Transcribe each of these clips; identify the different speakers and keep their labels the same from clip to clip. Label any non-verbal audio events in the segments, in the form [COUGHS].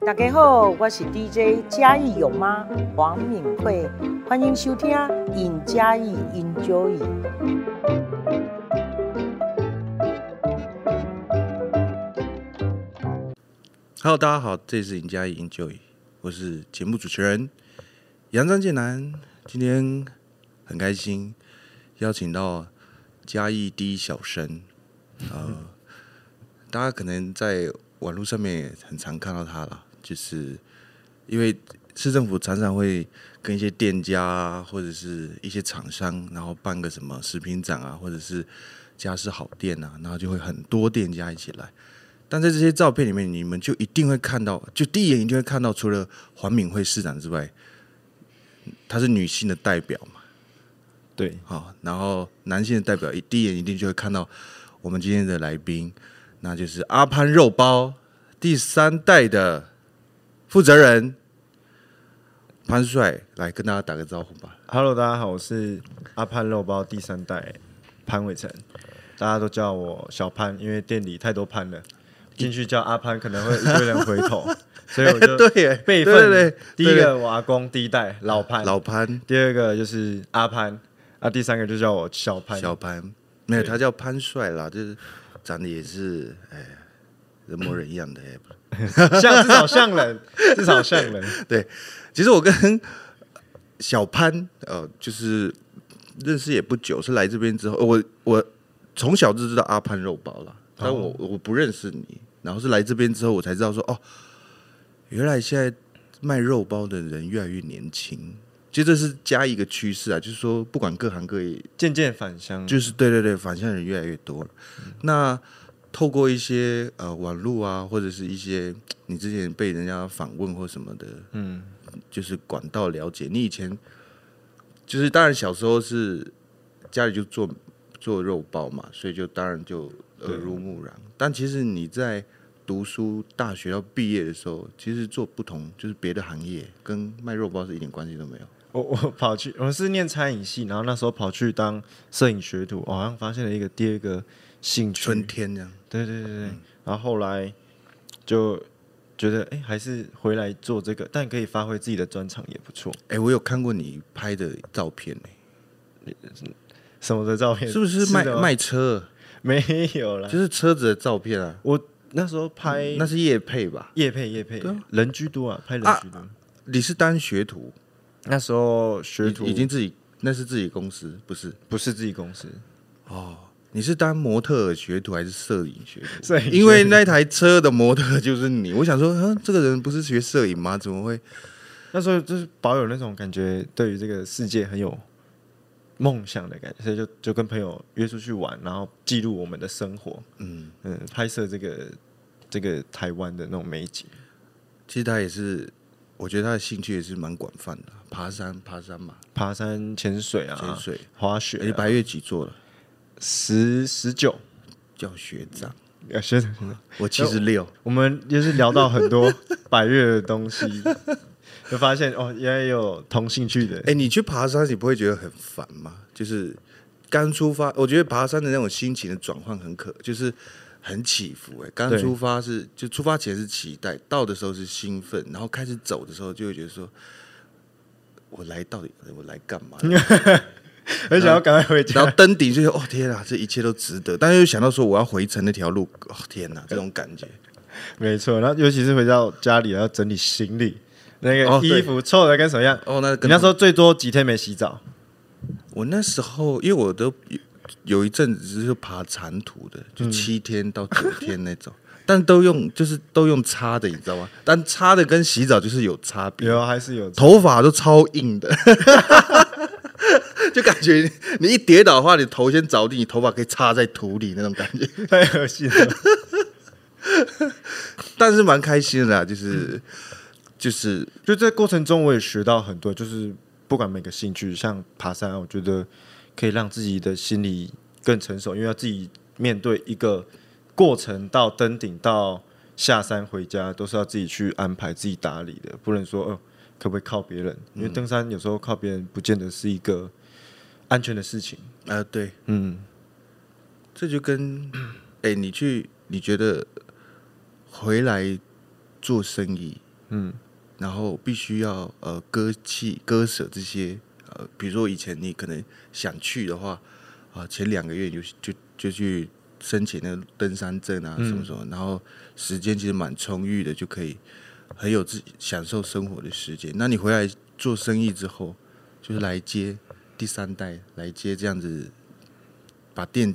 Speaker 1: 大家好，我是 DJ 嘉义有妈黄敏慧，欢迎收听《尹嘉义 Enjoy》。
Speaker 2: Hello，大家好，这里是赢家赢 Enjoy，我是节目主持人杨张建南。今天很开心，邀请到嘉义第一小生，呃，大家可能在网络上面也很常看到他了，就是因为市政府常常会跟一些店家啊，或者是一些厂商，然后办个什么食品展啊，或者是家事好店啊，然后就会很多店家一起来。但在这些照片里面，你们就一定会看到，就第一眼一定会看到，除了黄敏惠市长之外，她是女性的代表嘛，
Speaker 3: 对，
Speaker 2: 好、然后男性的代表一第一眼一定就会看到我们今天的来宾，那就是阿潘肉包第三代的负责人潘帅，来跟大家打个招呼吧。
Speaker 3: Hello，大家好，我是阿潘肉包第三代潘伟成，大家都叫我小潘，因为店里太多潘了，进去叫阿潘可能会一堆人回
Speaker 2: [LAUGHS]
Speaker 3: 头，所以我就
Speaker 2: 对耶
Speaker 3: 辈
Speaker 2: 对对
Speaker 3: 分
Speaker 2: 对，
Speaker 3: 第一个我阿公第一代老潘，
Speaker 2: 老潘，
Speaker 3: 第二个就是阿潘，啊，第三个就叫我小潘，
Speaker 2: 小潘，没有，他叫潘帅啦，就是长得也是哎人模人样的、哎
Speaker 3: 像至少
Speaker 2: [LAUGHS]
Speaker 3: 像人，至少像人，
Speaker 2: 其实我跟小潘呃，就是认识也不久，是来这边之后，我我从小就知道阿潘肉包了，但我、我不认识你，然后是来这边之后，我才知道说哦，原来现在卖肉包的人越来越年轻。其实这是加一个趋势啊，就是说不管各行各业，
Speaker 3: 渐渐返乡，
Speaker 2: 就是对对对，返乡人越来越多了。那透过一些呃网络啊，或者是一些你之前被人家访问或什么的，
Speaker 3: 嗯，
Speaker 2: 就是管道了解。你以前就是当然小时候是家里就做做肉包嘛，所以就当然就耳濡目染。但其实你在读书大学要毕业的时候，其实做不同就是别的行业，跟卖肉包是一点关系都没有。
Speaker 3: 我我跑去，我是念餐饮系，然后那时候跑去当摄影学徒，我好像发现了一个第二个兴趣，
Speaker 2: 春天这样，
Speaker 3: 对对对对，然后后来就觉得哎、诶还是回来做这个，但可以发挥自己的专长也不错。
Speaker 2: 哎、我有看过你拍的照片、欸、
Speaker 3: 什么的照片
Speaker 2: 是不是卖
Speaker 3: 的吗哦
Speaker 2: 卖车？
Speaker 3: 没有啦，
Speaker 2: 就是车子的照片啊，
Speaker 3: 我嗯那时候拍
Speaker 2: 那是叶配吧？
Speaker 3: 叶配叶配、人居多啊，拍人居多。
Speaker 2: 你是当学徒，
Speaker 3: 那时候学徒
Speaker 2: 已已经自己那是自己公司，不是？
Speaker 3: 不是自己公司，
Speaker 2: 你是当模特儿学徒还是摄影学徒？
Speaker 3: 摄影
Speaker 2: 因为那台车的模特儿就是你。我想说，嗯，这个人不是学摄影吗？怎么会？
Speaker 3: 那时候就是保有那种感觉，对于这个世界很有梦想的感觉，所以就就跟朋友约出去玩，然后记录我们的生活，
Speaker 2: 嗯，
Speaker 3: 嗯，拍摄这个这个台湾的那种美景。
Speaker 2: 其实他也是，我觉得他的兴趣也是蛮广泛的，爬山、爬山嘛，
Speaker 3: 爬山、潜水啊，
Speaker 2: 潜水。
Speaker 3: 滑
Speaker 2: 哎、
Speaker 3: 雪
Speaker 2: 你
Speaker 3: 啊、
Speaker 2: 白月几座了？
Speaker 3: 十十九，
Speaker 2: 叫学长，
Speaker 3: 呃，学长，
Speaker 2: 我七十六。
Speaker 3: 我们也是聊到
Speaker 2: [LAUGHS]
Speaker 3: 很多百越的东西，就发现哦，原来也有同兴趣的
Speaker 2: 哎、，你去爬山，你不会觉得很烦吗？就是刚出发，我觉得爬山的那种心情的转换很可，就是很起伏、哎，刚
Speaker 3: 对
Speaker 2: 出发是就出发前是期待，到的时候是兴奋，然后开始走的时候就会觉得说，我来到底我来干
Speaker 3: [LAUGHS]
Speaker 2: 嘛？
Speaker 3: 很想要赶快回
Speaker 2: 然
Speaker 3: 家
Speaker 2: 后。登顶就觉得哦天啊，这一切都值得，但是又想到说我要回程那条路，哦天哪，这种感觉。
Speaker 3: 没错，然后尤其是回到家里，然后整理行李，那
Speaker 2: 哦
Speaker 3: 个
Speaker 2: 对
Speaker 3: 衣服臭的跟什么样？
Speaker 2: 哦，那
Speaker 3: 你
Speaker 2: 跟
Speaker 3: 那时候最多几天没洗澡？
Speaker 2: 我那时候，因为我都有有一阵子是爬长途的，就七天到九天那种， [LAUGHS] 但都用就是都用擦的，你知道吗？但擦的跟洗澡就是有差别，
Speaker 3: 有还是有？
Speaker 2: 头发都超硬的， [LAUGHS] 就感觉你一跌倒的话，你头先着地，你头发可以插在土里那种感觉，
Speaker 3: 太恶心了。
Speaker 2: 但是蛮开心的啦，就是就是
Speaker 3: 就在过程中，我也学到很多，就是不管每个兴趣，像爬山，我觉得可以让自己的心理更成熟，因为要自己面对一个过程，到登顶到下山回家，都是要自己去安排、自己打理的，不能说哦、呃可不可以靠别人？因为登山有时候靠别人，不见得是一个安全的事情。
Speaker 2: 啊、呃对，
Speaker 3: 嗯。
Speaker 2: 这就跟，哎、你去，你觉得回来做生意，
Speaker 3: 嗯，
Speaker 2: 然后必须要呃割弃割舍这些呃，比如说以前你可能想去的话，啊、前两个月你就就就去申请那个登山证啊
Speaker 3: 嗯
Speaker 2: 什么什么，然后时间其实蛮充裕的，就可以很有自享受生活的时间。那你回来做生意之后，就是来接第三代来接这样子，把店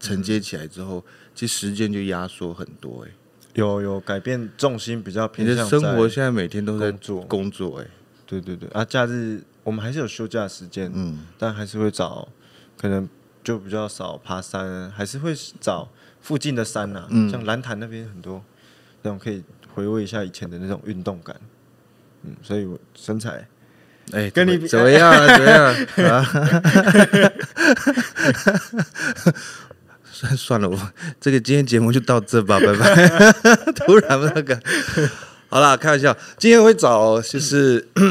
Speaker 2: 承接起来之后，其实时间就压缩很多、欸。哎，
Speaker 3: 有有改变重心比较
Speaker 2: 你
Speaker 3: 偏
Speaker 2: 的
Speaker 3: 向
Speaker 2: 生
Speaker 3: 在
Speaker 2: 活现在每天都在
Speaker 3: 工作
Speaker 2: 工作、欸，哎，
Speaker 3: 对对对啊，假日我们还是有休假时间，
Speaker 2: 嗯，
Speaker 3: 但还是会找，可能就比较少爬山，还是会找附近的山呐、
Speaker 2: 嗯
Speaker 3: 像蓝潭那边很多，那种可以回味一下以前的那种运动感。嗯，所以我身材
Speaker 2: 哎、
Speaker 3: 跟
Speaker 2: 怎么
Speaker 3: 你比
Speaker 2: 怎么样、啊？怎么样啊？ [LAUGHS] 算算了，我这个今天节目就到这吧，拜拜。 [LAUGHS] 突然那个，好啦，开玩笑。今天会找就是 [COUGHS]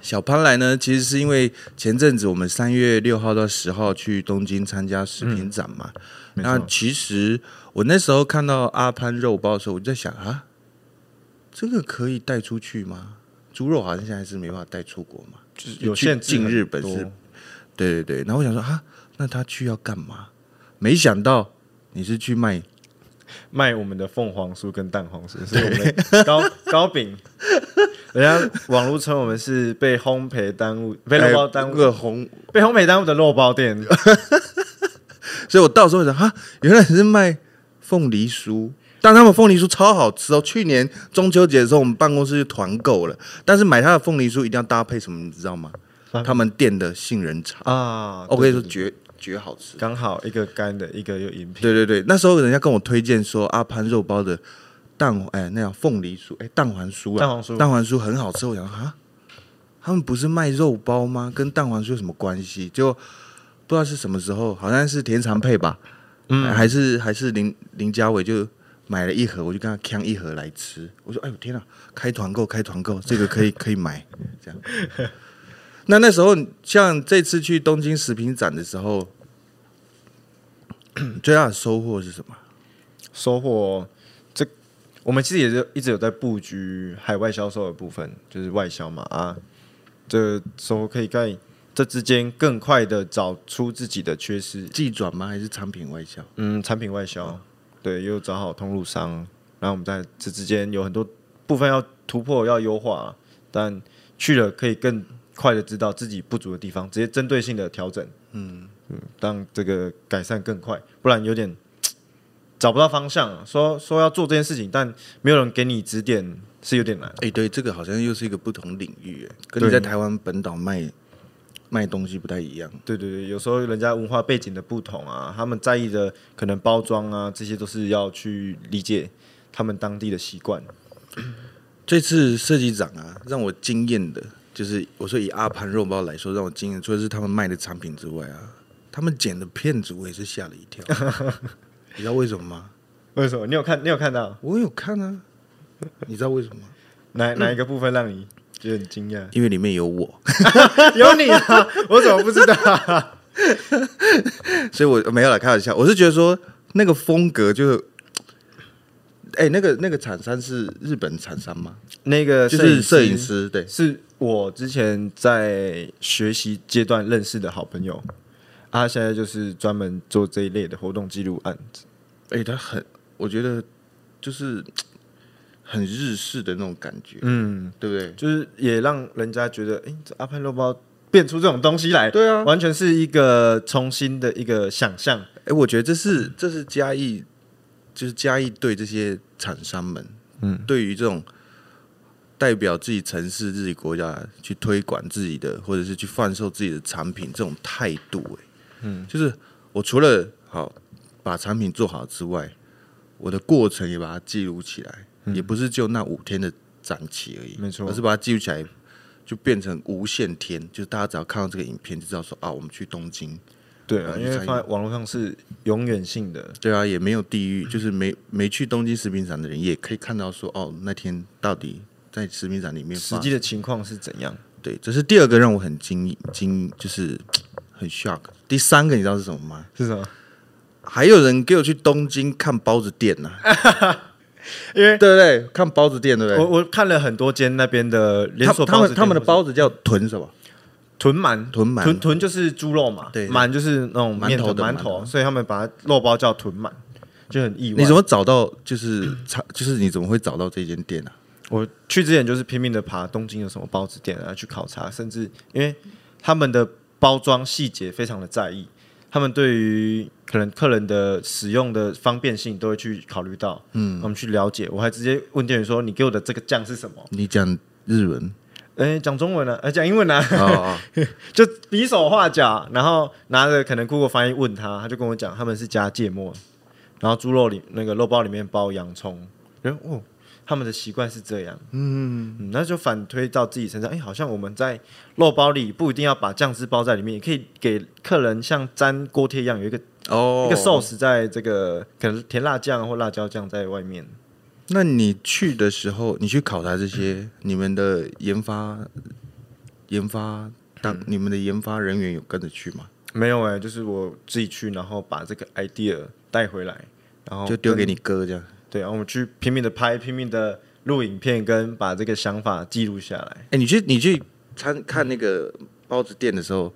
Speaker 2: 小潘来呢，其实是因为前阵子我们三月六号到十号去东京参加食品展嘛。
Speaker 3: 没
Speaker 2: 那
Speaker 3: 错，
Speaker 2: 其实我那时候看到阿潘肉包的时候，我就在想啊，这个可以带出去吗？猪肉好像现在是没办法带出国嘛。
Speaker 3: 就是有限制
Speaker 2: 进
Speaker 3: 很
Speaker 2: 日本
Speaker 3: 多
Speaker 2: 是对对对，然后我想说啊，那他去要干嘛？没想到你是去卖
Speaker 3: 卖我们的凤凰酥跟蛋黄
Speaker 2: [LAUGHS]
Speaker 3: 酥，是我们的糕糕饼。人家网络称我们是被烘焙
Speaker 2: [LAUGHS]
Speaker 3: 耽误、被肉包耽
Speaker 2: 哎
Speaker 3: 误、
Speaker 2: 个红，
Speaker 3: 被烘焙耽误的肉包
Speaker 2: [LAUGHS]
Speaker 3: 店。
Speaker 2: 所以我到时候想啊，原来你是卖凤梨酥。但他们凤梨酥超好吃哦！去年中秋节的时候，我们办公室就团购了。但是买他的凤梨酥一定要搭配什么，你知道吗？
Speaker 3: 搭配
Speaker 2: 他们店的杏仁茶，
Speaker 3: 啊，
Speaker 2: 我跟
Speaker 3: 对
Speaker 2: 你说
Speaker 3: 对对
Speaker 2: 绝绝好吃。
Speaker 3: 刚好一个干的，一个又饮品，
Speaker 2: 对对对，那时候人家跟我推荐说阿潘肉包的蛋哎那样凤梨酥哎蛋黄酥啊
Speaker 3: 蛋黄酥
Speaker 2: 蛋黄酥很好吃，我想啊，他们不是卖肉包吗？跟蛋黄酥有什么关系？就不知道是什么时候，好像是田常配吧，哎还是还是林林家伟就。买了一盒，我就跟他扛一盒来吃。我说：“哎呦天哪，开团购，开团购，这个可以可以买。”这样。那那时候，像这次去东京食品展的时候， [CLEARS THROAT] 最大的收获是什么？
Speaker 3: 收获这我们其实也是一直有在布局海外销售的部分，就是外销嘛啊，这收获可以在这之间更快的找出自己的缺失，
Speaker 2: 寄转吗？还是产品外销？
Speaker 3: 嗯，产品外销，对，又找好通路商，然后我们在这之间有很多部分要突破、要优化，但去了可以更快的知道自己不足的地方，直接针对性的调整，嗯嗯，让这个改善更快，不然有点找不到方向啊、说说要做这件事情，但没有人给你指点，是有点难。啊
Speaker 2: 哎、对，这个好像又是一个不同领域，哎，跟
Speaker 3: 对
Speaker 2: 你在台湾本岛卖卖东西不太一样。
Speaker 3: 对对对，有时候人家文化背景的不同啊，他们在意的可能包装啊，这些都是要去理解他们当地的习惯。
Speaker 2: 这次设计展啊，让我惊艳的就是，我说以阿盘肉包来说，让我惊艳，除了是他们卖的产品之外啊，他们剪的片子我也是吓了一 [LAUGHS] 跳。你知道为什么吗？
Speaker 3: 为什么？你有看？你有看到
Speaker 2: 我有看啊，你知道为什么吗？？
Speaker 3: 哪哪一个部分让你觉得很惊讶
Speaker 2: 因为里面有我，
Speaker 3: [LAUGHS] 有你啊！ [LAUGHS] 我怎么不知道？
Speaker 2: [LAUGHS] 所以我没有来开玩笑，我是觉得说那个风格就，哎、那个那个厂商是日本厂商吗？
Speaker 3: [LAUGHS] 那个
Speaker 2: 就是呃摄影
Speaker 3: 师
Speaker 2: 师，对，
Speaker 3: 是我之前在学习阶段认识的好朋友，啊他现在就是专门做这一类的活动记录案子。
Speaker 2: 哎、他很，我觉得就是嘖很日式的那种感觉，
Speaker 3: 嗯，
Speaker 2: 对不对？
Speaker 3: 就是也让人家觉得，哎、这阿潘肉包变出这种东西来，
Speaker 2: 对啊
Speaker 3: 完全是一个重新的一个想象。
Speaker 2: 哎、我觉得这是这是嘉义，就是嘉义对这些厂商们，嗯，对于这种代表自己城市、自己国家去推广自己的，或者是去贩售自己的产品这种态度、哎，嗯，就是我除了好把产品做好之外，我的过程也把它记录起来，也不是就那五天的展期而已，
Speaker 3: 没错
Speaker 2: 而是把它记录起来。就变成无限天，就是大家只要看到这个影片就知道说啊，我们去东京，
Speaker 3: 对啊，
Speaker 2: 嗯
Speaker 3: 因为放在网络上是永远性的，
Speaker 2: 对啊，也没有地域，就是没没去东京食品展的人也可以看到说，哦，那天到底在食品展里面
Speaker 3: 实
Speaker 2: 发
Speaker 3: 际的情况是怎样？
Speaker 2: 对，这是第二个让我很惊惊，就是很 shock。第三个你知道是什么吗？
Speaker 3: 是什么？
Speaker 2: [LAUGHS] 还有人给我去东京看包子店呐、
Speaker 3: 因为
Speaker 2: 啊对不对？看包子店，对不
Speaker 3: 我
Speaker 2: 对？
Speaker 3: 我看了很多间那边的连
Speaker 2: 他
Speaker 3: 锁
Speaker 2: 他
Speaker 3: 包子
Speaker 2: 们
Speaker 3: 店
Speaker 2: 他们的包子叫豚什么？
Speaker 3: 豚鳗，
Speaker 2: 豚鳗
Speaker 3: 豚豚就是猪肉嘛，
Speaker 2: 对
Speaker 3: 鳗就是那种
Speaker 2: 馒
Speaker 3: 面
Speaker 2: 头的
Speaker 3: 馒
Speaker 2: 馒头
Speaker 3: 头，所以他们把它肉包叫豚鳗，就很意外。
Speaker 2: 你怎么找到？就是 [COUGHS] 查，就是你怎么会找到这间店啊？
Speaker 3: 我去之前就是拼命的爬东京有什么包子店啊，去考察，甚至因为他们的包装细节非常的在意，他们对于可能客人的使用的方便性都会去考虑到，嗯，我们去了解。我还直接问店员说：“你给我的这个酱是什么
Speaker 2: 你讲日文？”
Speaker 3: 哎，讲中文啊， [LAUGHS] 哎，讲英文啊，
Speaker 2: 哦，
Speaker 3: [LAUGHS] 就比手画脚，然后拿着可能 Google 翻译问他，他就跟我讲他们是加芥末，然后猪肉里那个肉包里面包洋葱，然后哦，他们的习惯是这样，嗯那就反推到自己身上，哎，好像我们在肉包里不一定要把酱汁包在里面，也可以给客人像沾锅贴一样有一个、
Speaker 2: 哦
Speaker 3: 一个 sauce 在这个可能甜辣酱或辣椒酱在外面，
Speaker 2: 那你去的时候，你去考察这些，你们的研发研发
Speaker 3: 嗯
Speaker 2: 当你们的研发人员有跟着去吗？
Speaker 3: 没有哎、就是我自己去，然后把这个 idea 带回来，然后
Speaker 2: 就丢
Speaker 3: 哦跟
Speaker 2: 给你哥这样。
Speaker 3: 对，然后我们去拼命的拍，拼命的录影片，跟把这个想法记录下来。
Speaker 2: 哎，你去你去参看那个包子店的时候，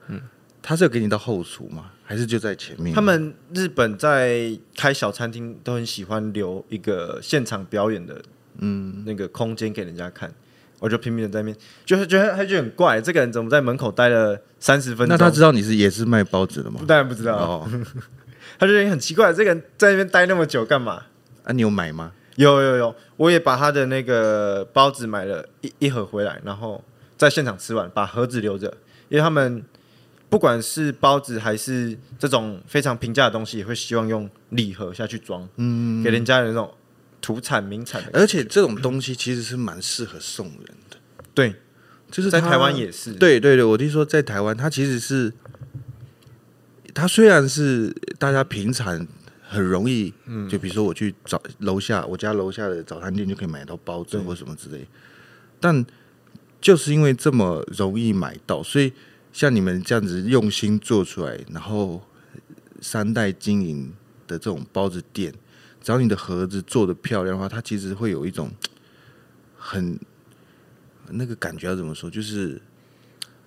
Speaker 2: 他是有给你到后厨吗？还是就在前面？
Speaker 3: 嗯他们日本在开小餐厅都很喜欢留一个现场表演的，嗯，那个空间给人家看。我就拼命的在面，就是觉得他就很怪，这个人怎么在门口待了三十分钟？
Speaker 2: 那他知道你是也是卖包子的吗？
Speaker 3: 当然不知道，
Speaker 2: 哦，
Speaker 3: 他就觉得很奇怪，这个人在那边待那么久干嘛？
Speaker 2: 啊，你有买吗？
Speaker 3: 有有有，我也把他的那个包子买了一一盒回来，然后在现场吃完，把盒子留着，因为他们不管是包子还是这种非常平价的东西，也会希望用礼盒下去装，嗯，给人家有那种土产名产的感觉。
Speaker 2: 而且这种东西其实是蛮适合送人的，
Speaker 3: 对，
Speaker 2: 就是
Speaker 3: 在
Speaker 2: 它
Speaker 3: 台湾也是，
Speaker 2: 对对对，我听说在台湾，它其实是它虽然是大家平常很容易，
Speaker 3: 嗯
Speaker 2: 就比如说我去找楼下我家楼下的早餐店就可以买到包子
Speaker 3: 对
Speaker 2: 或什么之类，但就是因为这么容易买到，所以像你们这样子用心做出来，然后三代经营的这种包子店，只要你的盒子做的漂亮的话，它其实会有一种很那个感觉要怎么说，就是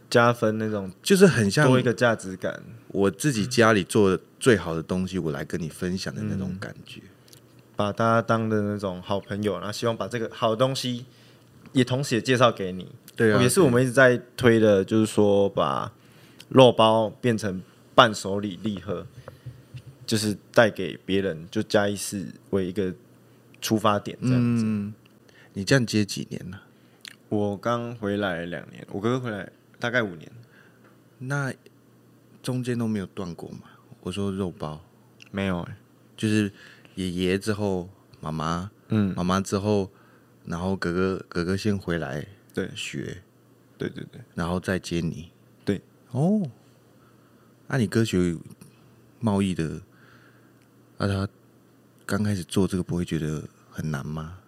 Speaker 3: 加分那种
Speaker 2: 就是很像
Speaker 3: 多一个价值感。
Speaker 2: 我自己家里做的最好的东西，我来跟你分享的那种感觉。
Speaker 3: 嗯把大家当的那种好朋友，然后希望把这个好东西也同时也介绍给你。
Speaker 2: 对啊
Speaker 3: 哦也是我们一直在推的，就是说把肉包变成伴手礼礼盒，就是带给别人，就加一次为一个出发点这样子。
Speaker 2: 你这样接几年了、
Speaker 3: 我刚回来两年，我哥哥回来大概五年，
Speaker 2: 那中间都没有断过嘛？我说肉包
Speaker 3: 没有、欸，
Speaker 2: 就是爷爷之后，妈妈，
Speaker 3: 嗯，
Speaker 2: 妈妈之后，然后哥哥哥哥先回来
Speaker 3: 对
Speaker 2: 学，
Speaker 3: 对对对，
Speaker 2: 然后再接你。
Speaker 3: 对， [LAUGHS]
Speaker 2: 哦，那、你哥学贸易的，那、他刚开始做这个不会觉得很难吗？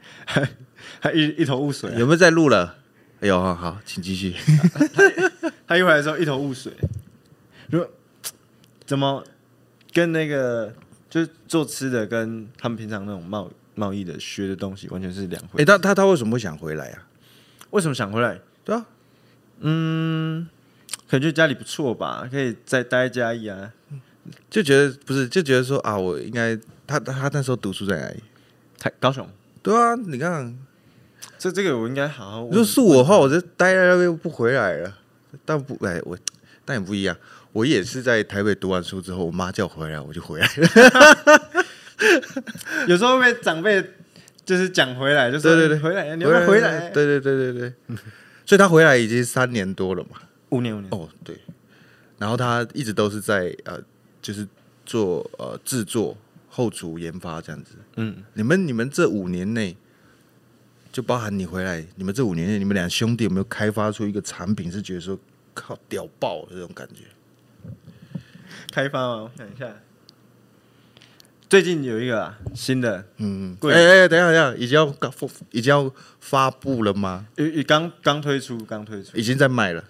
Speaker 3: 他一一头雾水啊、
Speaker 2: 有没有在录了？哎呦，好好，请继
Speaker 3: [LAUGHS]
Speaker 2: 续。
Speaker 3: 他一回来的时候一头雾水，如果怎么跟那个就是做吃的跟他们平常那种贸贸易的学的东西完全是两回
Speaker 2: 哎、
Speaker 3: 事。
Speaker 2: 他他他为什么会想回来啊？
Speaker 3: 为什么想回来？
Speaker 2: 对啊，
Speaker 3: 可能就家里不错吧，可以再待家一啊。
Speaker 2: 就觉得不是，就觉得说啊，我应该他他他那时候读书在哪里？
Speaker 3: 台高雄，
Speaker 2: 对啊，你看，
Speaker 3: 这这个我应该好好问。
Speaker 2: 如果是我的话，我就待在那边不回来了。但不，哎，我但也不一样，我也是在台北读完书之后，我妈叫我回来，我就回来了。
Speaker 3: 有时候被长辈就是讲回来，就说
Speaker 2: 对对对
Speaker 3: 你回来啊，你要不要回来？，
Speaker 2: 对对对对
Speaker 3: [LAUGHS]
Speaker 2: 对。所以他回来已经三年多了嘛。
Speaker 3: 五年五年，
Speaker 2: 哦，对。然后他一直都是在呃，就是做呃制作、后厨、研发这样子。
Speaker 3: 嗯，
Speaker 2: 你们你们这五年内，就包含你回来，你们这五年内，你们俩兄弟有没有开发出一个产品，是觉得说靠屌爆了这种感觉？
Speaker 3: 开发吗？我想一下，最近有一个啊新的，
Speaker 2: 嗯，哎
Speaker 3: 贵
Speaker 2: 哎、哎等一下等一下，已经要刚已经要发布了吗？
Speaker 3: 也也刚刚推出，刚推出
Speaker 2: 已，经在卖了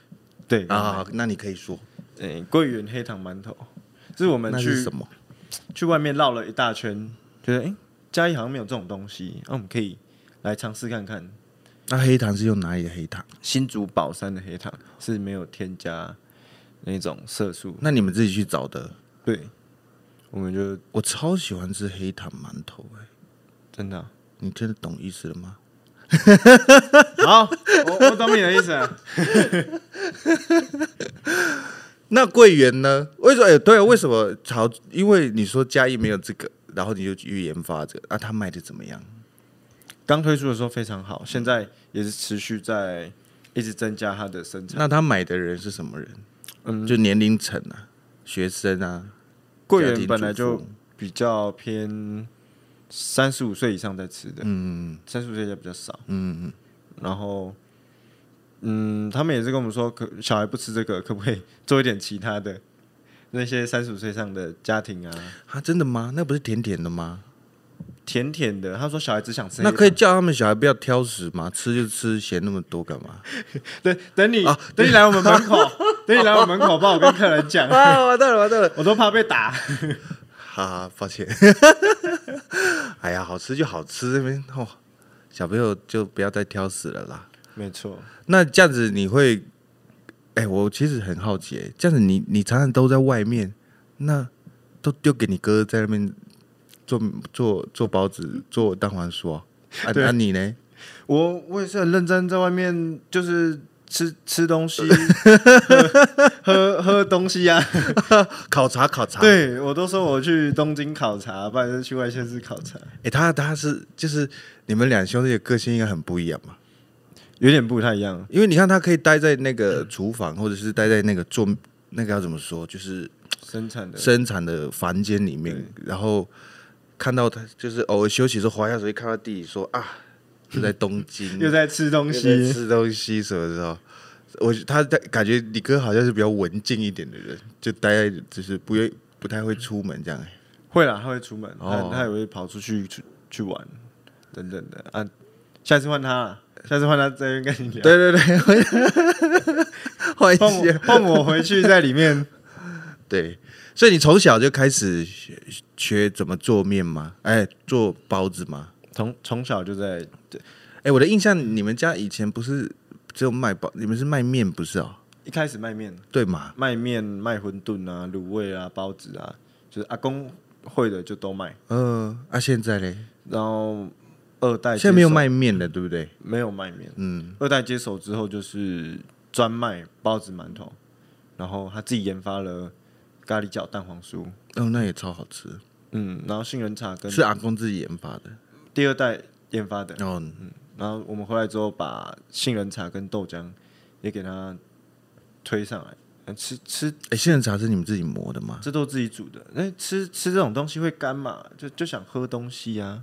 Speaker 3: 对
Speaker 2: 啊？那你可以说，
Speaker 3: 诶，哎桂圆黑糖馒头，这是我们
Speaker 2: 那
Speaker 3: 去
Speaker 2: 是什么？
Speaker 3: 去外面绕了一大圈，觉得诶，嘉义好像没有这种东西，那、我们可以来尝试看看。
Speaker 2: 那黑糖是用哪里的黑糖？
Speaker 3: 新竹宝山的黑糖是没有添加那种色素，
Speaker 2: 那你们自己去找的。
Speaker 3: 对，我们就
Speaker 2: 我超喜欢吃黑糖馒头、欸，
Speaker 3: 真的啊、
Speaker 2: 你真的懂意思了吗？
Speaker 3: [LAUGHS] 好，我我懂你的意思了。
Speaker 2: 那桂圆呢？为什么？哎、对啊，为什么？好，因为你说嘉义没有这个，然后你就去研发这个，那、它卖的怎么样？
Speaker 3: [LAUGHS] 刚推出的时候非常好，现在也是持续在一直增加它的生产。
Speaker 2: 那他买的人是什么人？
Speaker 3: 嗯，
Speaker 2: 就年龄层啊，学生啊，
Speaker 3: 桂
Speaker 2: 家
Speaker 3: 圆
Speaker 2: 庭
Speaker 3: 本来
Speaker 2: 主妇
Speaker 3: 就比较偏三十五岁以上在吃的，
Speaker 2: 嗯
Speaker 3: 三十五岁也比较少。
Speaker 2: 嗯嗯，
Speaker 3: 然后，嗯，他们也是跟我们说，可小孩不吃这个，可不可以做一点其他的？那些三十五岁以上的家庭啊，
Speaker 2: 啊，真的吗？那不是甜甜的吗？
Speaker 3: 甜甜的。他说小孩只想吃
Speaker 2: 那
Speaker 3: 黑
Speaker 2: 可以
Speaker 3: 糖
Speaker 2: 叫他们小孩不要挑食嘛，吃就吃，嫌那么多干 [LAUGHS] 嘛？
Speaker 3: 等等你、等你来我们门口， [LAUGHS] 等你来我们门口，帮我跟客人讲， [LAUGHS]
Speaker 2: 啊，完蛋了，完蛋了！
Speaker 3: 我都怕被打。
Speaker 2: 哈哈，抱歉。 [LAUGHS] 哎呀，好吃就好吃，这边哦，小朋友就不要再挑食了啦。
Speaker 3: 没错，
Speaker 2: 那这样子你会，哎、我其实很好奇、哎这样子你你常常都在外面，那都丢给你哥在那边做做做包子、做蛋黄酥啊？啊，
Speaker 3: 对
Speaker 2: 那、你呢？
Speaker 3: 我我也是很认真，在外面就是吃吃东 [LAUGHS] 西，喝喝喝东西啊。
Speaker 2: 考察考察。，
Speaker 3: 对我都说我去东京考察，不然就是去外县市考察，
Speaker 2: 哎、他他是就是你们两兄弟的个性应该很不一样嘛，
Speaker 3: 有点不太一样。
Speaker 2: 因为你看他可以待在那个厨房，或者是待在那个做那个要怎么说，就是
Speaker 3: 生产的
Speaker 2: 生产的房间里面，然后看到他就是偶尔休息的时候滑下手机，看到弟弟说啊，又在东京，
Speaker 3: 又在吃
Speaker 2: [LAUGHS]
Speaker 3: 东
Speaker 2: 又在
Speaker 3: 西，
Speaker 2: 吃东西什么的时候，我他他感觉你哥好像是比较文静一点的人，就待在就是不愿不太会出门这样、
Speaker 3: 会啦，他会出门，
Speaker 2: 哦
Speaker 3: 他他也会跑出去去去玩等等的啊。下次换他啦，下次换他在这边跟你聊。
Speaker 2: 对对 [LAUGHS] 对，换
Speaker 3: [LAUGHS]
Speaker 2: 一
Speaker 3: 换我
Speaker 2: 些
Speaker 3: 换我回去在里面。
Speaker 2: 对，所以你从小就开始学学怎么做面吗？哎，做包子吗？
Speaker 3: [LAUGHS] 从从小就在
Speaker 2: 哎，我的印象你们家以前不是只有卖包，你们是卖面不是哦？
Speaker 3: 一开始卖面，
Speaker 2: 对嘛？
Speaker 3: 卖面、卖馄饨啊、卤味啊、包子啊，就是阿公会的就都卖。
Speaker 2: 呃，啊，现在嘞，
Speaker 3: 然后二代
Speaker 2: 现在没有
Speaker 3: 接手，
Speaker 2: 卖面了，对不对？
Speaker 3: 没有卖面。
Speaker 2: 嗯，
Speaker 3: 二代接手之后就是专卖包子、馒头，然后他自己研发了咖喱饺、蛋黄酥，
Speaker 2: 哦，那也超好吃，
Speaker 3: 嗯，然后杏仁茶跟
Speaker 2: 是啊阿公自己研发的。
Speaker 3: 第二代研发的。
Speaker 2: 哦，
Speaker 3: 然后我们回来之后，把杏仁茶跟豆浆也给它推上来。呃吃吃
Speaker 2: 哎，杏仁茶是你们自己磨的吗？
Speaker 3: 这都自己煮的，那吃吃这种东西会干嘛？就就想喝东西啊，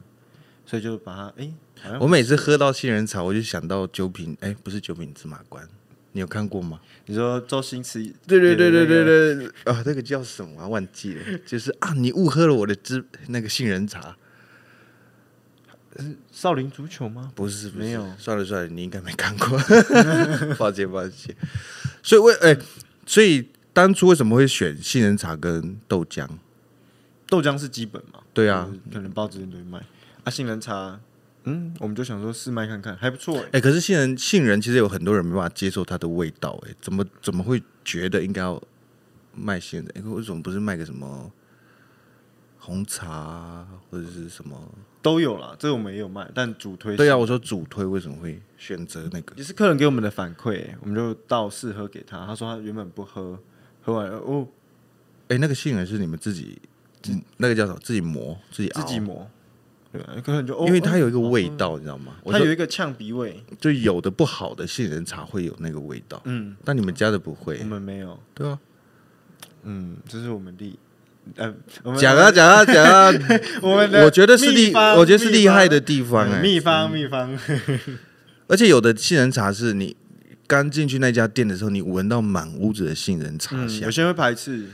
Speaker 3: 所以就把它哎，好像
Speaker 2: 我每次喝到杏仁茶，我就想到九品，哎，不是九品芝麻官，你有看过吗？
Speaker 3: 你说周星驰，
Speaker 2: 对对对对
Speaker 3: 对，
Speaker 2: 对对，啊，那个叫什么啊？忘记了，就是啊，你误喝了我的芝那个杏仁茶，
Speaker 3: 少林足球吗？
Speaker 2: 不是，不是
Speaker 3: 没有
Speaker 2: 算了算了，你应该没看过， [LAUGHS] 抱歉抱歉。所以为哎，所以当初为什么会选杏仁茶跟豆浆？
Speaker 3: 豆浆是基本嘛，
Speaker 2: 对啊，
Speaker 3: 可能包子店都会卖啊，杏仁茶，嗯，我们就想说试卖看看，还不错哎、
Speaker 2: 哎、可是杏仁杏仁其实有很多人没办法接受它的味道、哎，怎么怎么会觉得应该要卖杏仁？哎、为什么不是卖个什么红茶啊或者是什么？
Speaker 3: 都有啦，这个我们也有卖，但主推
Speaker 2: 对啊，我说主推为什么会选择那个？
Speaker 3: 也是客人给我们的反馈、欸，我们就倒试喝给他，他说他原本不喝，喝完了哦
Speaker 2: 哎、那个杏仁是你们自己，嗯那个叫什么？自己磨，自己
Speaker 3: 自
Speaker 2: 熬，
Speaker 3: 己磨，对吧？客人就哦，
Speaker 2: 哦因为它
Speaker 3: 哦
Speaker 2: 有一个味道，你知道吗？我
Speaker 3: 它
Speaker 2: 说
Speaker 3: 有一个呛鼻味，
Speaker 2: 就有的不好的杏仁茶会有那个味道，
Speaker 3: 嗯，
Speaker 2: 但你们家的不
Speaker 3: 我
Speaker 2: 会。
Speaker 3: 们没有，
Speaker 2: 对啊，
Speaker 3: 嗯，这是我们厉，呃，我们
Speaker 2: 讲啊，讲啊讲啊，
Speaker 3: 我们的
Speaker 2: 我觉得是厉，
Speaker 3: 秘方
Speaker 2: 我觉得是
Speaker 3: 秘
Speaker 2: 厉害
Speaker 3: 方
Speaker 2: 的地方哎、
Speaker 3: 嗯秘方秘方，
Speaker 2: 而且有的杏仁茶是你刚进去那家店的时候，你闻到满屋子的杏仁茶
Speaker 3: 嗯 [LAUGHS]
Speaker 2: 香，
Speaker 3: 有些人会排斥，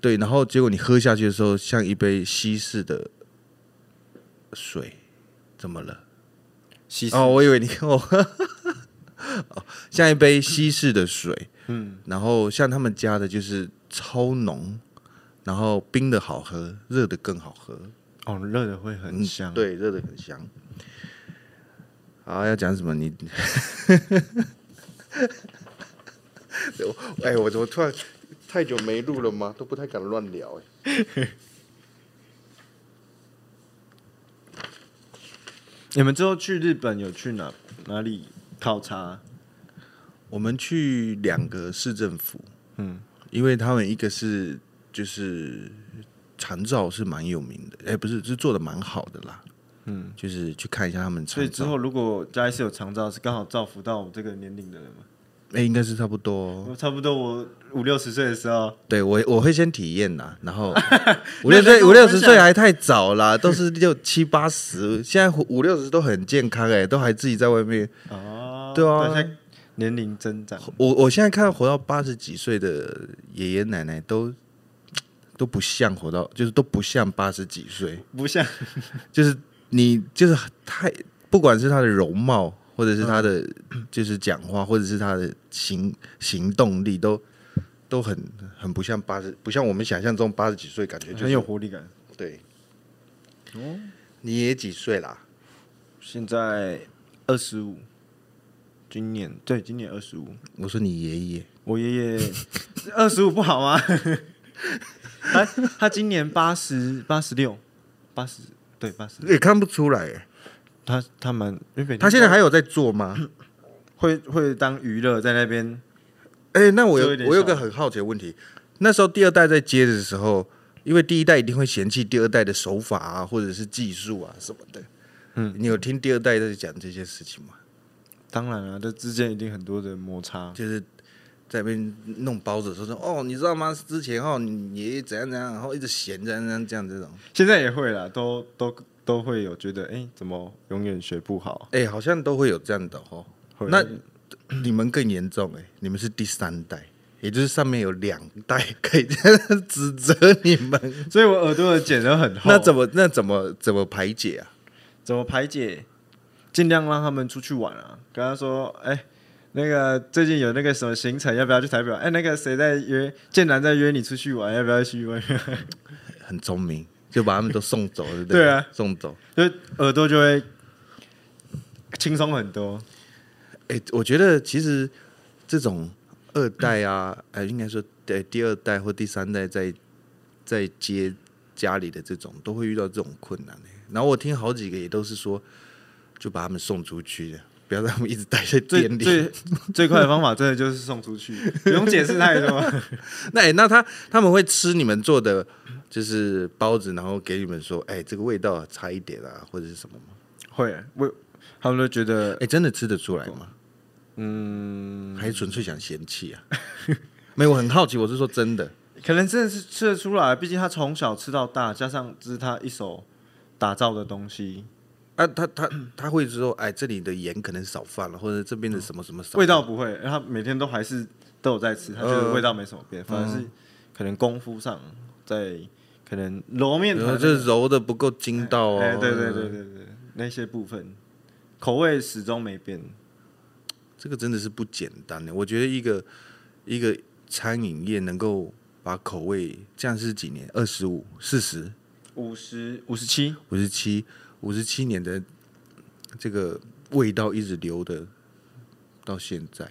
Speaker 2: 对，然后结果你喝下去的时候，像一杯稀释的水，怎么了？
Speaker 3: 其实
Speaker 2: 哦，我以为你跟我， [LAUGHS] 哦，像一杯稀释的水，
Speaker 3: 嗯，
Speaker 2: 然后像他们家的就是超浓，然后冰的好喝，热的更好喝，
Speaker 3: 哦，热的会很香。，
Speaker 2: 嗯对，热的很香。啊，要讲什么？ [LAUGHS] 你，我哎、我怎么突然太久没录了吗？都不太敢乱聊哎、
Speaker 3: 你们之后去日本有去哪哪里考察？
Speaker 2: 我们去两个市政府，
Speaker 3: 嗯，
Speaker 2: 因为他们一个是就是长照是蛮有名的，哎、不是，是做的蛮好的啦。
Speaker 3: 嗯，
Speaker 2: 就是去看一下他们长照。
Speaker 3: 所以之后如果嘉义是有长照，是刚好造福到我这个年龄的人嘛？
Speaker 2: 哎、应该是差不多哦、
Speaker 3: 我差不多我五六十岁的时候，
Speaker 2: 对我我会先体验啦，然
Speaker 3: [LAUGHS]
Speaker 2: 后五
Speaker 3: 没有
Speaker 2: 六
Speaker 3: 在
Speaker 2: 岁
Speaker 3: 跟我
Speaker 2: 五六十
Speaker 3: 分
Speaker 2: 岁
Speaker 3: 享
Speaker 2: 还太早啦，都是六七八十，现在五五六十都很健康哎、都还自己在外面。
Speaker 3: 哦，
Speaker 2: 对啊
Speaker 3: 现在年龄增长，
Speaker 2: 我我现在看活到八十几岁的爷爷奶奶都都不像活到，就是都不像八十几岁，
Speaker 3: 不像
Speaker 2: 就是你就是太不管是他的容貌，或者是他的、
Speaker 3: 嗯
Speaker 2: [CLEARS THROAT] 就是讲话，或者是他的行行动力都。都很很不像八十，不像我们想象中八十几岁，感觉就是
Speaker 3: 很有活力感。哦
Speaker 2: 对。你也几岁啦？
Speaker 3: 现在二十五，今年对，今年二十五。
Speaker 2: 我说你爷爷，
Speaker 3: 我爷爷二十五不好吗？ [LAUGHS] 他他今年八十八十六，八十对八十，
Speaker 2: 也看不出来耶。
Speaker 3: 他他蛮因为
Speaker 2: 他现在还有在做 [COUGHS] 吗？
Speaker 3: 会会当娱乐在那边，
Speaker 2: 哎、那我有
Speaker 3: 做一点
Speaker 2: 我有个
Speaker 3: 小
Speaker 2: 很好奇的问题，那时候第二代在接的时候，因为第一代一定会嫌弃第二代的手法啊，或者是技术啊什么的。嗯，你有听第二代在讲这些事情吗？
Speaker 3: 当然啊了、这之间一定很多的摩擦。
Speaker 2: 就是在那边弄包子的时候说哦，你知道吗？之前哦，你爷爷怎样怎样，然后一直嫌怎样怎样这样这种。
Speaker 3: 现在也会啦，都都都会有觉得，哎、怎么永远学不好？
Speaker 2: 哎、好像都会有这样的哦。
Speaker 3: 会
Speaker 2: 那你们更严重哎、你们是第三代，也就是上面有两代可以这样指责你
Speaker 3: [LAUGHS]
Speaker 2: 们，
Speaker 3: 所以我耳朵的茧都很厚。
Speaker 2: 那怎
Speaker 3: 么
Speaker 2: 么那怎么怎么排解啊？
Speaker 3: 怎么排解？尽量让他们出去玩啊，跟他说，哎、那个最近有那个什么行程，要不要去台北玩？哎、那个谁在约，建南在约你出去玩，要不要去外面？ [LAUGHS]
Speaker 2: 很聪明，就把他们都送走，对不
Speaker 3: 对啊
Speaker 2: 送走。
Speaker 3: 就耳朵就会轻松很多。
Speaker 2: 哎、我觉得其实这种二代啊，呃，应该说对第二代或第三代在在接家里的这种，都会遇到这种困难、欸、然后我听好几个也都是说，就把他们送出去的，不要让他们一直待在
Speaker 3: 最
Speaker 2: 店里。
Speaker 3: 最最快的方法，真的就是送出去，不用解释太多。
Speaker 2: [LAUGHS] 那、欸、那他他们会吃你们做的就是包子，然后给你们说，哎、这个味道差一点啊，或者是什么吗？
Speaker 3: [LAUGHS] 会，我他们都觉得
Speaker 2: 哎、真的吃得出来吗？嗯，还是纯粹想嫌弃 [LAUGHS] 啊？没有，我很好奇，我是说真的。
Speaker 3: [LAUGHS] 可能真的是吃得出来，毕竟他从小吃到大，加上这是他一手打造的东西，
Speaker 2: 啊，他他他会说，哎，这里的盐可能少放了，或者这边的什么什么少放
Speaker 3: 嗯味道不会，他每天都还是都有在吃，他觉得味道没什么变，反而是可能功夫上在可能揉面
Speaker 2: 然
Speaker 3: 团
Speaker 2: 后
Speaker 3: 那
Speaker 2: 这
Speaker 3: 个，
Speaker 2: 揉的不够筋道哦。
Speaker 3: 哎，对对对，对对，那些部分口味始终没变。
Speaker 2: 这个真的是不简单的。我觉得一个一个餐饮业能够把口味这样是几年？二十五、四十、
Speaker 3: 五十五十七，
Speaker 2: 五十七、五十七年的这个味道一直留的到现在，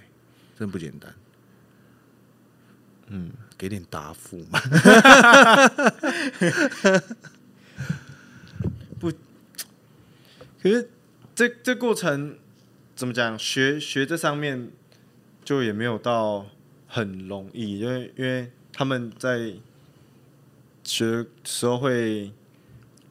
Speaker 2: 真不简单。嗯，给点答复嘛。
Speaker 3: 可是这这过程怎么讲？学学这上面就也没有到很容易，因为因为他们在学时候会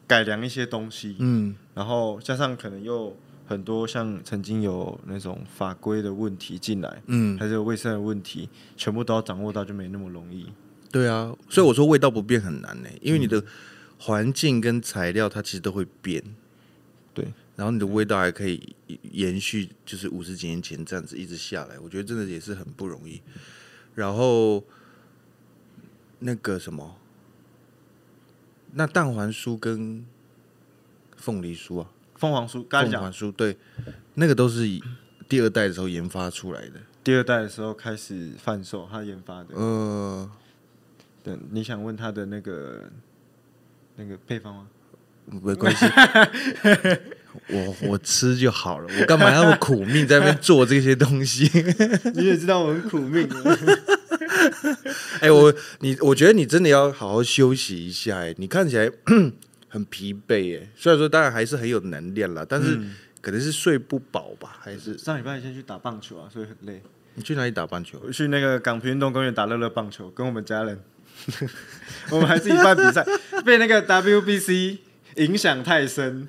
Speaker 3: 改良一些东西，
Speaker 2: 嗯，
Speaker 3: 然后加上可能又很多像曾经有那种法规的问题进来，
Speaker 2: 嗯，
Speaker 3: 还是有卫生的问题，全部都要掌握到，就没那么容易。
Speaker 2: 对啊，所以我说味道不变很难呢、因为你的环境跟材料它其实都会变，
Speaker 3: 对，
Speaker 2: 然后你的味道还可以延续，就是五十几年前这样子一直下来，我觉得真的也是很不容易。然后那个什么，那蛋黄酥跟凤梨酥啊，
Speaker 3: 凤凰酥刚才
Speaker 2: 凤
Speaker 3: 讲
Speaker 2: 凰酥对，那个都是以第二代的时候研发出来的。
Speaker 3: 第二代的时候开始贩售，他研发的。
Speaker 2: 呃，
Speaker 3: 对，你想问他的那个那个配方吗？ [LAUGHS]
Speaker 2: 没关系，我我吃就好了，我干嘛那么苦命在那边做这些东西？
Speaker 3: [LAUGHS] 你也知道我很苦命啊， [LAUGHS]
Speaker 2: 哎、我你我觉得你真的要好好休息一下、哎，你看起来 [CLEARS THROAT] 很疲惫，哎，虽然说当然还是很有能量啦，但是
Speaker 3: 嗯
Speaker 2: 可能是睡不饱吧，还是
Speaker 3: 上礼拜先去打棒球啊，所以很累。
Speaker 2: 你去哪里打棒球？
Speaker 3: 我去那个港平运动公园打乐乐棒球，跟我们家人， [LAUGHS] 我们还是一半比赛，被那个 WBC 影响太深，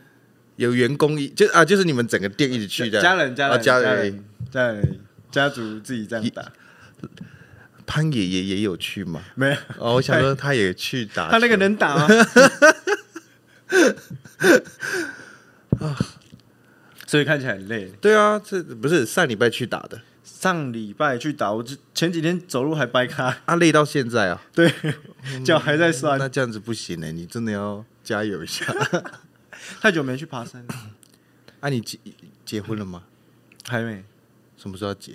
Speaker 2: 有员工一就啊，就是你们整个店一起去的，
Speaker 3: 家人家
Speaker 2: 啊
Speaker 3: 人
Speaker 2: 家
Speaker 3: 家人家人家族自己这样打，
Speaker 2: 哎潘爷爷也有去吗？
Speaker 3: 没有，
Speaker 2: 哦，我想说他也去打球，
Speaker 3: 他那个能打吗？ [LAUGHS] 所以看起来很累。
Speaker 2: 对啊，这不是上礼拜去打的
Speaker 3: 上礼拜去打，我就前几天走路还掰咖，
Speaker 2: 啊，累到现在啊，
Speaker 3: 对，脚还在酸。
Speaker 2: 那这样子不行呢、你真的要加油一下。 [LAUGHS]
Speaker 3: 太久没去爬山
Speaker 2: [COUGHS]
Speaker 3: 了，
Speaker 2: 啊，你结结婚了吗？
Speaker 3: 还没。
Speaker 2: 什么时候要结？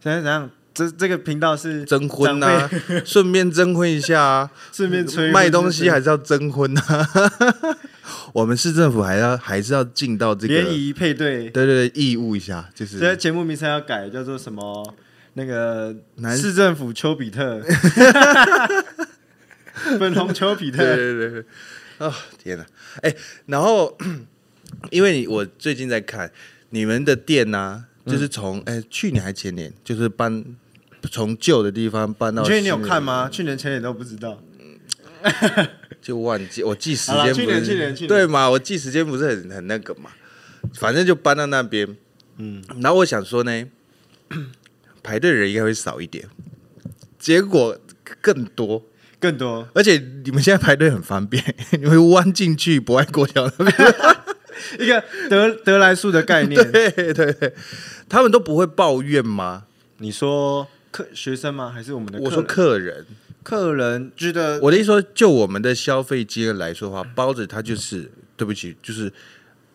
Speaker 3: 现在怎样？这这个频道是
Speaker 2: 征婚啊，顺便征婚一下啊，
Speaker 3: [LAUGHS] 顺便吹
Speaker 2: 卖东西还是要征婚啊。 [LAUGHS] 我们市政府还要还是要尽到这个，
Speaker 3: 联
Speaker 2: 对
Speaker 3: 谊配对。
Speaker 2: 对对，义务一下，就
Speaker 3: 现在
Speaker 2: 是
Speaker 3: 节目名称要改，叫做什么？那个
Speaker 2: 男
Speaker 3: 市政府丘比
Speaker 2: [LAUGHS]
Speaker 3: 特，粉红丘比
Speaker 2: 对
Speaker 3: 特，
Speaker 2: 对对对，啊、天哪！哎、然后 [CLEARS THROAT] 因为你我最近在看你们的店呢、啊，
Speaker 3: 嗯
Speaker 2: 就是从哎、去年还前年，就是搬从旧的地方搬
Speaker 3: 你
Speaker 2: 到，
Speaker 3: 确定你有看？吗？去年前年都不知道，
Speaker 2: 就忘记我记时
Speaker 3: 好
Speaker 2: 间不是，
Speaker 3: 啦去年去年去年
Speaker 2: 对嘛？我记时间不是很很那个嘛，反正就搬到那边。嗯，然后我想说呢， [CLEARS THROAT] 排队人应该会少一点，结果更多，
Speaker 3: 更多。
Speaker 2: 而且你们现在排队很方便， [LAUGHS] 你会弯进去博爱国桥那
Speaker 3: [LAUGHS]
Speaker 2: 边。
Speaker 3: 一个德德莱树的概念，
Speaker 2: 对对对，他们都不会抱怨吗？
Speaker 3: 你说客学生吗？还是我们的客人？
Speaker 2: 我说客人，
Speaker 3: 客人觉得
Speaker 2: 我的意思说，就我们的消费金额来说的话，包子它就是对不起，就是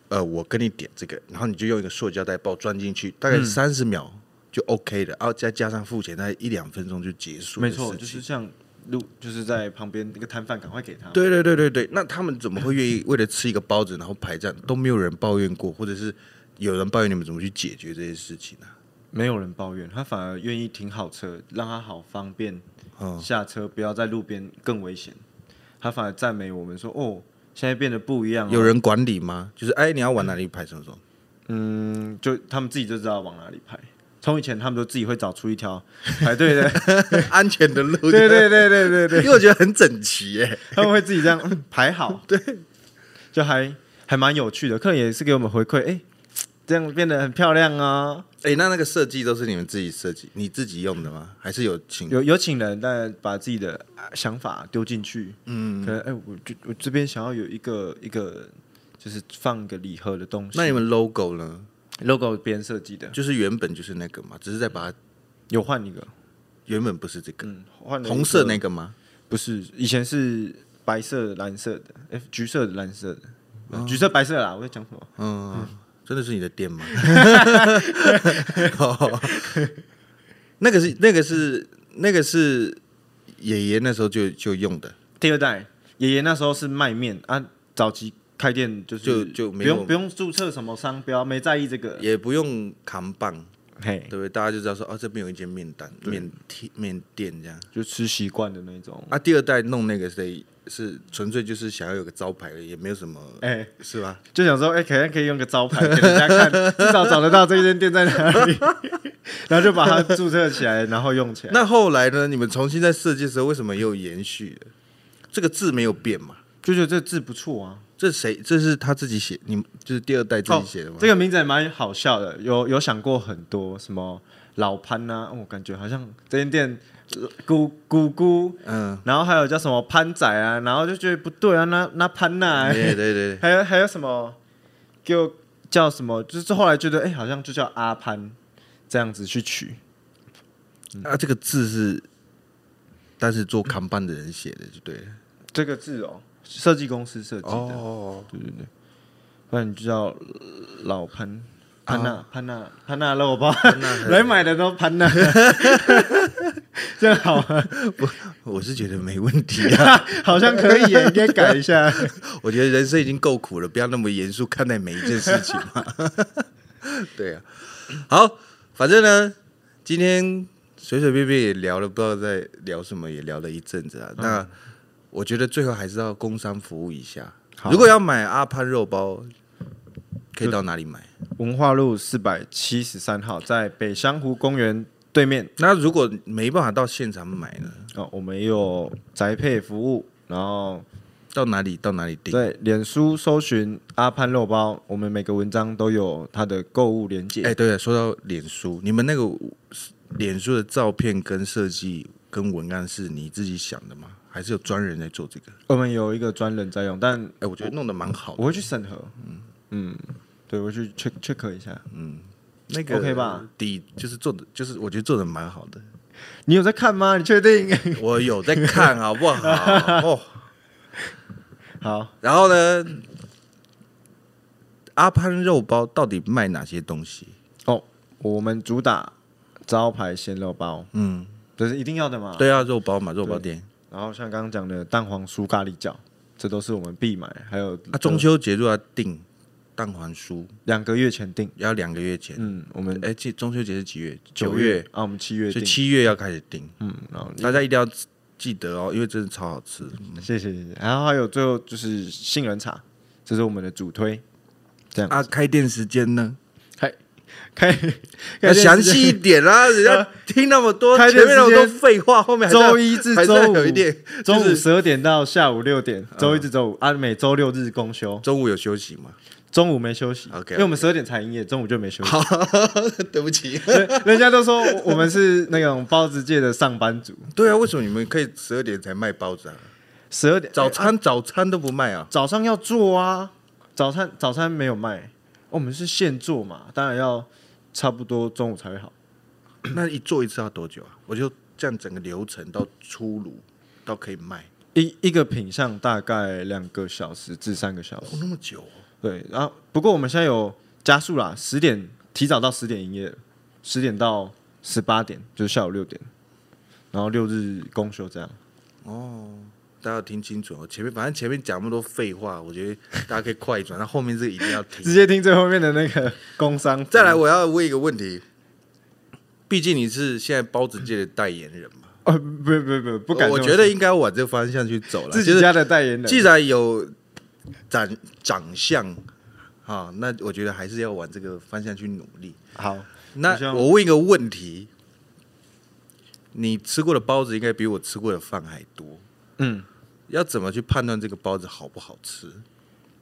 Speaker 2: 呃，我跟你点这个，然后你就用一个塑胶袋包装进去，大
Speaker 3: 嗯
Speaker 2: 概三十秒就 OK 了，然后再加上付钱，大概一两分钟就结束的
Speaker 3: 没
Speaker 2: 事情。
Speaker 3: 错，就是像路，就是在旁边那个摊贩赶快给他。
Speaker 2: 对对对对对，那他们怎么会愿意为了吃一个包子，然后排站都没有人抱怨过，或者是有人抱怨你们怎么去解决这些事情啊呢、
Speaker 3: 没有人抱怨，他反而愿意停好车，让他好方便
Speaker 2: 嗯
Speaker 3: 下车，不要在路边更危险。他反而赞美我们说：“哦，现在变得不一样、哦。”
Speaker 2: 有人管理吗？就是哎，你要往哪里排什
Speaker 3: [LAUGHS]
Speaker 2: 么什么？
Speaker 3: 嗯，就他们自己就知道往哪里排。从以前他们都自己会找出一 [LAUGHS] 条排队的，
Speaker 2: 安全的路。
Speaker 3: 对对对对对对，
Speaker 2: 因为我觉得很整齐耶。
Speaker 3: [LAUGHS] 他们会自己这样、 [LAUGHS] 嗯排好。对，就还还蛮有趣的。客人也是给我们回馈，哎，这样变得很漂亮啊、
Speaker 2: 哎、那那个设计都是你们自己设计，你自己用的吗？还是有请？
Speaker 3: 有有请人，但把自己的啊想法丢进去，嗯，可能哎、我就我这边想要有一个一个，就是放一个礼盒的东西。
Speaker 2: 那你们 logo 呢？
Speaker 3: logo 别人设计的，
Speaker 2: 就是原本就是那个嘛，只是在把它
Speaker 3: 有换一个，
Speaker 2: 原本不是这个、
Speaker 3: 嗯，换了一个
Speaker 2: 红色那个吗？
Speaker 3: 不是，以前是白色、蓝色的，哎、橘色、蓝色的，
Speaker 2: 哦
Speaker 3: 呃橘色、白色啦，我在讲什么？
Speaker 2: 嗯，真的是你的店吗？ [LAUGHS] 哦那个是那个是那个是爷爷那时候就就用的，
Speaker 3: 第二代爷爷那时候是卖面啊，早期开店就是
Speaker 2: 就就
Speaker 3: 不
Speaker 2: 没有
Speaker 3: 用不用注册什么商标，没在意这个，
Speaker 2: 也不用扛棒，
Speaker 3: 嘿
Speaker 2: 对，不对？大家就知道说哦，这边有一间面摊、面店、面店这样。
Speaker 3: 就吃习惯的那种，
Speaker 2: 啊，第二代弄那个谁是纯粹就是想要有个招牌而已，也没有什么，
Speaker 3: 哎、
Speaker 2: 是吧？
Speaker 3: 就想说，哎、可能可以用个招牌给人家看， [LAUGHS] 至少找得到这间店在哪里， [LAUGHS] 然后就把它注册起来，然后用起来。
Speaker 2: [LAUGHS] 那后来呢？你们重新在设计的时候，为什么又延续了？这个字没有变嘛？
Speaker 3: 就觉得这字不错啊，
Speaker 2: 这谁？这是他自己写，你们就是第二代自己写的吗？
Speaker 3: 哦这个名字也蛮好笑的，有有想过很多什么老潘呐、啊，我、感觉好像这间店呃姑姑姑，
Speaker 2: 嗯，
Speaker 3: 然后还有叫什么潘仔啊，然后就觉得不对啊，那那潘呐、
Speaker 2: 对对对，
Speaker 3: 还有还有什么就叫什么，就是后来觉得哎、好像就叫阿潘这样子去取，
Speaker 2: 对啊，这个字是，但是做扛棒的人写的，就对了。
Speaker 3: 这个字哦，设计公司设计的，
Speaker 2: 哦，
Speaker 3: 对对对，不然你就叫老潘 [LAUGHS] 潘娜潘娜潘娜肉包，来买的都潘娜， [LAUGHS] 这样好吗？
Speaker 2: [LAUGHS] 我是觉得没问题啊。
Speaker 3: 好像可以耶，应该改一下。
Speaker 2: 我觉得人生已经够苦了，不要那么严肃看待每一件事情嘛。 [LAUGHS] 对啊，好，反正呢，今天随随便便也聊了，不知道在聊什么，也聊了一阵子啊。那我觉得最后还是要工商服务一下。
Speaker 3: 好
Speaker 2: 如果要买阿潘肉包，可以到哪里买？
Speaker 3: [LAUGHS] 文化路四百七十三号，在北香湖公园对面
Speaker 2: 那如果没办法到现场买呢？
Speaker 3: 哦，我们也有宅配服务，然后
Speaker 2: 到哪里到哪里订？
Speaker 3: 在脸书搜寻阿潘肉包，我们每个文章都有它的购物链接。
Speaker 2: 哎、对了，说到脸书，你们那个脸书的照片跟设计跟文案是你自己想的吗？还是有专人在做这个？
Speaker 3: 我们有一个专人在用，但
Speaker 2: 哎、我觉得弄得蛮好的
Speaker 3: 我。会去审核，嗯对，我会去 check check 一下。嗯
Speaker 2: 那个
Speaker 3: OK 吧？
Speaker 2: 底就是做的，就是我觉得做的蛮好的。
Speaker 3: 你有在看吗？你确定？ [LAUGHS]
Speaker 2: 我有在看，好不好？哦，
Speaker 3: 好，
Speaker 2: 然后呢，阿潘肉包到底卖哪些东西？
Speaker 3: 哦我们主打招牌鲜肉包，
Speaker 2: 嗯，
Speaker 3: 这是一定要的嘛。
Speaker 2: 对啊，肉包嘛，肉包店。
Speaker 3: 然后像刚刚讲的蛋黄酥咖喱饺，这都是我们必买，还有
Speaker 2: 啊，中秋节如果要订蛋黄酥，
Speaker 3: 两个月前定，
Speaker 2: 要两个月前。
Speaker 3: 嗯，我们
Speaker 2: 哎、这中秋节是几月？
Speaker 3: 九
Speaker 2: 月，
Speaker 3: 啊，我们七月
Speaker 2: 所
Speaker 3: 定
Speaker 2: 以，七月要开始订，
Speaker 3: 嗯，然后
Speaker 2: 大家一定要记得哦，因为真的超好吃。
Speaker 3: 谢谢谢谢，然后还有最后就是杏仁茶，这是我们的主推，这样
Speaker 2: 啊，开店时间呢？
Speaker 3: 开
Speaker 2: 要
Speaker 3: 开
Speaker 2: 详细一点 [LAUGHS] 啦，人家听那么多，
Speaker 3: 开
Speaker 2: 前
Speaker 3: 店时
Speaker 2: 面
Speaker 3: 间
Speaker 2: 那么多废话，后面还是要
Speaker 3: 周一至
Speaker 2: 还是
Speaker 3: 周
Speaker 2: 要
Speaker 3: 五
Speaker 2: 有一点， [LAUGHS]
Speaker 3: 中
Speaker 2: 就
Speaker 3: 午
Speaker 2: 是嗯
Speaker 3: 十二点到下午六点，周一至周五啊，每周六日公休，
Speaker 2: 中午有休息吗？
Speaker 3: 中午没休息
Speaker 2: OK，OK
Speaker 3: 因为我们十二点才营业，中午就没休息。
Speaker 2: [LAUGHS] 对不起。
Speaker 3: [LAUGHS] 人人家都说我们是那种包子界的上班族，
Speaker 2: 对啊，为什么你们可以十二点才卖包子啊？
Speaker 3: 十二点
Speaker 2: 早餐早餐都不卖啊？
Speaker 3: 早上要做啊，早餐早餐没有卖，哦我们是现做嘛，当然要差不多中午才会好。
Speaker 2: [COUGHS] 那一做一次要多久啊？我就这样整个流程到出炉到可以卖，
Speaker 3: 一一个品相大概两个小时至三个小时
Speaker 2: 哦，，那么久哦。
Speaker 3: 对。然后不过我们现在有加速啦，十点提早到十点营业，十点到十八点就是下午六点，然后六日公休这样。
Speaker 2: 大家要听清楚哦，前面反正前面讲那么多废话，我觉得大家可以快转，那后面这个一定要听
Speaker 3: 直。接听最后面的那个工商。
Speaker 2: 再来，，我要问一个问题，毕竟你是现在包子界的代言人嘛，
Speaker 3: 哦，不不不，不敢这么说。
Speaker 2: 我觉得应该往这方向去走了。
Speaker 3: 自
Speaker 2: 就
Speaker 3: 己
Speaker 2: 是
Speaker 3: 家的代言
Speaker 2: 既
Speaker 3: 人，
Speaker 2: 然有长长相啊，那我觉得还是要往这个方向去努力。
Speaker 3: 好，我希
Speaker 2: 那
Speaker 3: 望
Speaker 2: 我问一个问题，你吃过的包子应该比我吃过的饭还多，
Speaker 3: 嗯，
Speaker 2: 要怎么去判断这个包子好不好吃？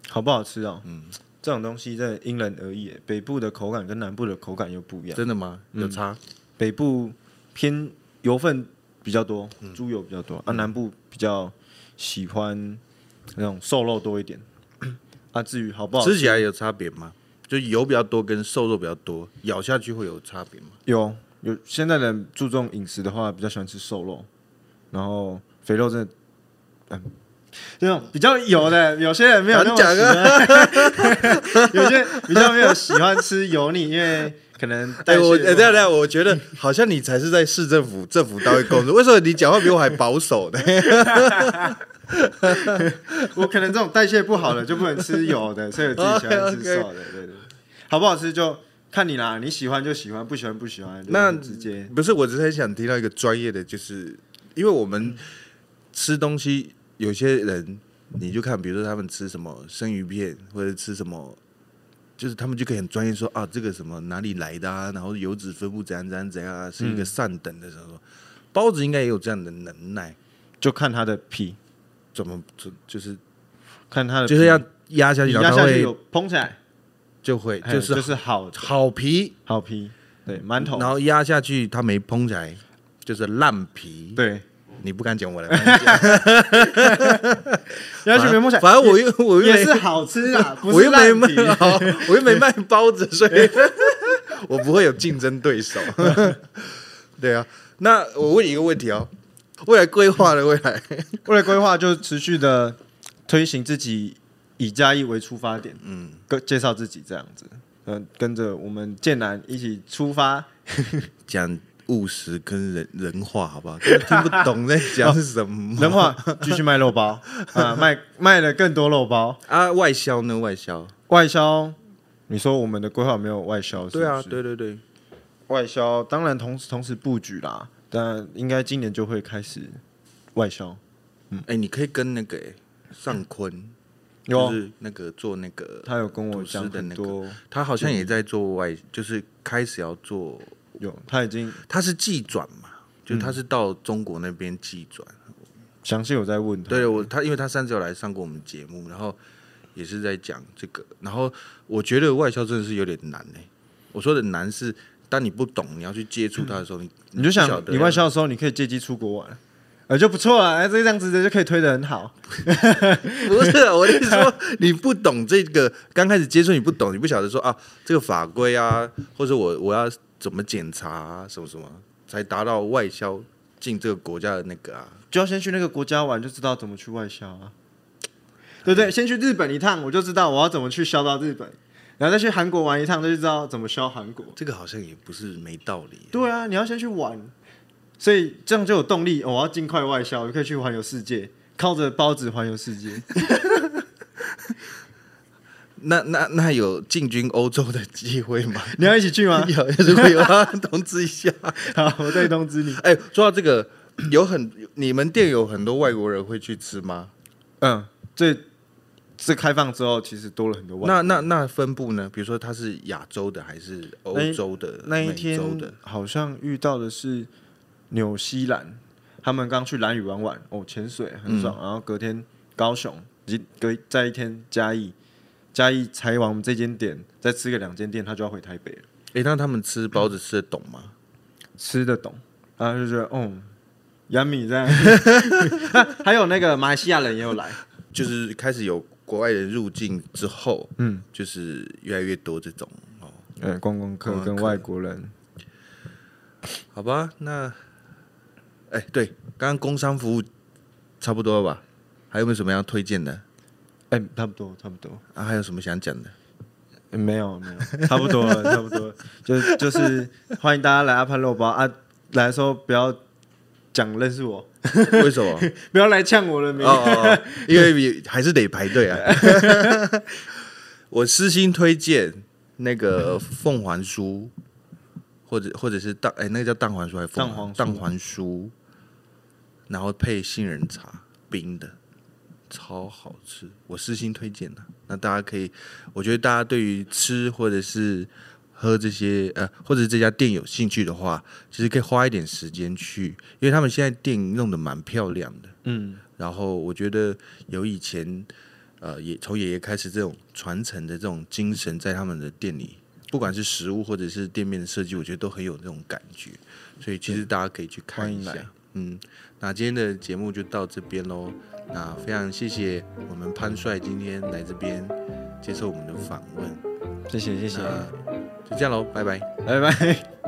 Speaker 3: 好不好吃哦？嗯，这种东西真的因人而异耶，北部的口感跟南部的口感又不一样。
Speaker 2: 真的吗？
Speaker 3: 嗯
Speaker 2: 有差？
Speaker 3: 北部偏油分比较多，猪油比较多，啊，南部比较喜欢那种瘦肉多一点。啊，至于好不好
Speaker 2: 吃起来有差别吗？就油比较多跟瘦肉比较多，咬下去会有差别吗？
Speaker 3: 有有，现在人注重饮食的话，比较喜欢吃瘦肉，然后肥肉真的，嗯，这种比较有的，有些人没有那么喜
Speaker 2: 敢讲
Speaker 3: 欢，啊 [LAUGHS] 有些比较没有喜欢吃油腻，因为可能代
Speaker 2: 哎、
Speaker 3: 谢
Speaker 2: 我哎、
Speaker 3: 不好
Speaker 2: 等一下等一下，我觉得好像你才是在市政府政府单位工作，为什么你讲话比我还保守呢？
Speaker 3: [LAUGHS] 我可能这种代谢不好的就不能吃油的，所以我自
Speaker 2: [LAUGHS]
Speaker 3: 己喜
Speaker 2: 哦
Speaker 3: 欢吃瘦的，对对对，好不好吃就看你啦，你喜欢就喜欢，不喜欢不喜欢，就是
Speaker 2: 那
Speaker 3: 直接
Speaker 2: 不是，我只是很想听到一个专业的，就是因为我们吃东西，有些人你就看，比如说他们吃什么生鱼片，或者吃什么，就是他们就可以很专业说啊，这个什么哪里来的啊，然后油脂分布怎样怎样怎样啊，是一
Speaker 3: 嗯
Speaker 2: 个上等的什么。包子应该也有这样的能耐，
Speaker 3: 就看它的皮，
Speaker 2: 怎么就就是
Speaker 3: 看它的
Speaker 2: 就是要压下去，
Speaker 3: 你
Speaker 2: 然
Speaker 3: 呃压
Speaker 2: 后它
Speaker 3: 下去
Speaker 2: 会
Speaker 3: 有蓬起来，
Speaker 2: 就会
Speaker 3: 就
Speaker 2: 就是
Speaker 3: 就是是好
Speaker 2: 好皮，
Speaker 3: 好皮，对馒头，
Speaker 2: 然后压下去它没蓬起来，就是烂皮。
Speaker 3: 对，
Speaker 2: 你不敢讲
Speaker 3: [LAUGHS]
Speaker 2: 我来。
Speaker 3: 压下去没蓬起来，
Speaker 2: 反正我又我又
Speaker 3: 也
Speaker 2: 没
Speaker 3: 是好吃啦，
Speaker 2: [LAUGHS]
Speaker 3: 不
Speaker 2: 我
Speaker 3: 是
Speaker 2: 又没
Speaker 3: 烂
Speaker 2: 卖
Speaker 3: 皮，
Speaker 2: 好，我又没卖包子，所以 [LAUGHS] 我不会有竞争对手。 [LAUGHS] 对啊，那我问你一个问题哦，未来规划的未
Speaker 3: [LAUGHS]
Speaker 2: 来，
Speaker 3: 为了规划，就持续的推行自己以嘉义为出发点，嗯，跟介呃绍自己这样子，嗯、跟着我们剑南一起出发，
Speaker 2: 讲务实跟人人话，好不好？根本听不懂在讲什
Speaker 3: [LAUGHS]
Speaker 2: 么
Speaker 3: 人话继续卖
Speaker 2: [LAUGHS]
Speaker 3: 肉包啊，卖卖了更多肉包。
Speaker 2: 啊。外销呢？外销，
Speaker 3: 外销，你说我们的规划没有外销？是不是
Speaker 2: 对啊，对对对，
Speaker 3: 外销当然同时同时布局啦，但应该今年就会开始外销。
Speaker 2: 哎，你可以跟那个哎尚坤，
Speaker 3: 有啊
Speaker 2: 就是那个做那个，
Speaker 3: 他有跟我讲
Speaker 2: 吐司的
Speaker 3: 很
Speaker 2: 那个
Speaker 3: 多，
Speaker 2: 他好像也在做外，就是开始要做，
Speaker 3: 有他已经
Speaker 2: 他是寄转嘛，就他是到中国那边寄转。
Speaker 3: 嗯详细有在问他。
Speaker 2: 对我他，因为他上次有来上过我们节目，然后也是在讲这个，然后我觉得外销真的是有点难呢、我说的难是，当你不懂，你要去接触它的时候，你
Speaker 3: 你就
Speaker 2: 不晓
Speaker 3: 想
Speaker 2: 得啊
Speaker 3: 你外销的时候，你可以借机出国玩，呃，就不错啊，哎这样子的就可以推的很好。
Speaker 2: [LAUGHS] 不是啊我是 [LAUGHS] 说你不懂这个，刚开始接触你不懂，你不晓得说啊这个法规啊，或者我我要怎么检查、啊、什么什么，才达到外销进这个国家的那个啊。
Speaker 3: 就要先去那个国家玩，就知道怎么去外销啊，对不对？先去日本一趟，我就知道我要怎么去销到日本，然后再去韩国玩一趟，就知道怎么销韩国。
Speaker 2: 这个好像也不是没道理，
Speaker 3: 对啊，你要先去玩，所以这样就有动力。哦、我要尽快外销，我可以去环游世界，靠着包子环游世界。 [LAUGHS]
Speaker 2: 那那那有进军欧洲的机会吗？ [LAUGHS]
Speaker 3: 你要一起去 [LAUGHS] 吗？
Speaker 2: 有，如果有啊， [LAUGHS] 通知一下。
Speaker 3: 好，我再通知你。
Speaker 2: 哎、说到这个，有很你们店有很多外国人会去吃吗？
Speaker 3: 嗯，这这开放之后，其实多了很多外。
Speaker 2: 那那那分布呢？比如说它是亚洲的还是欧洲的、
Speaker 3: 那一
Speaker 2: 美洲
Speaker 3: 天
Speaker 2: 的？
Speaker 3: 好像遇到的是纽西兰，他们刚去蓝屿玩玩，哦，潜水很爽。然后隔天高雄，以及隔再一天嘉义，嘉义才往我们这间店再吃个两间店，他就要回台北了。
Speaker 2: 哎、那他们吃包子吃得懂吗？
Speaker 3: 吃得懂，然后就觉得，哦，杨米这样。 [LAUGHS] 还有那个马来西亚人也有来，
Speaker 2: 就是开始有国外人入境之后，
Speaker 3: 嗯，
Speaker 2: 就是越来越多这种哦。
Speaker 3: [LAUGHS] 呃，观光客
Speaker 2: 观光
Speaker 3: 跟
Speaker 2: 客
Speaker 3: 外国人，
Speaker 2: 好吧，那哎、对，刚刚工商服务差不多了吧？还有没有什么要推荐的？
Speaker 3: 哎、差不多，差不多。
Speaker 2: 啊，还有什么想讲的？
Speaker 3: 欸没有没有，差不多了，差不多了，就就是欢迎大家来阿潘肉包啊，来的时候不要讲认识我，
Speaker 2: 为什么？
Speaker 3: 不要来呛我了没？
Speaker 2: 哦哦，哦因为还是得排队啊。我私心推荐那个凤凰酥，或者或者是蛋，哎、那个叫蛋黄酥还是凤凰
Speaker 3: 蛋
Speaker 2: 蛋
Speaker 3: 黄酥
Speaker 2: 黄酥，然后配杏仁茶冰的，超好吃。我私心推荐的、那大家可以，我觉得大家对于吃或者是喝这些呃，或者是这家店有兴趣的话，其实可以花一点时间去，因为他们现在店弄得蛮漂亮的。
Speaker 3: 嗯，
Speaker 2: 然后我觉得有以前呃也从爷爷开始这种传承的这种精神，在他们的店里，不管是食物或者是店面的设计，我觉得都很有那种感觉。所以其实大家可以去看一下
Speaker 3: 欢迎来。
Speaker 2: 嗯，那今天的节目就到这边喽。那非常谢谢我们潘帅今天来这边接受我们的访问，
Speaker 3: 谢谢谢谢，
Speaker 2: 那就这样喽，拜拜。
Speaker 3: 拜拜。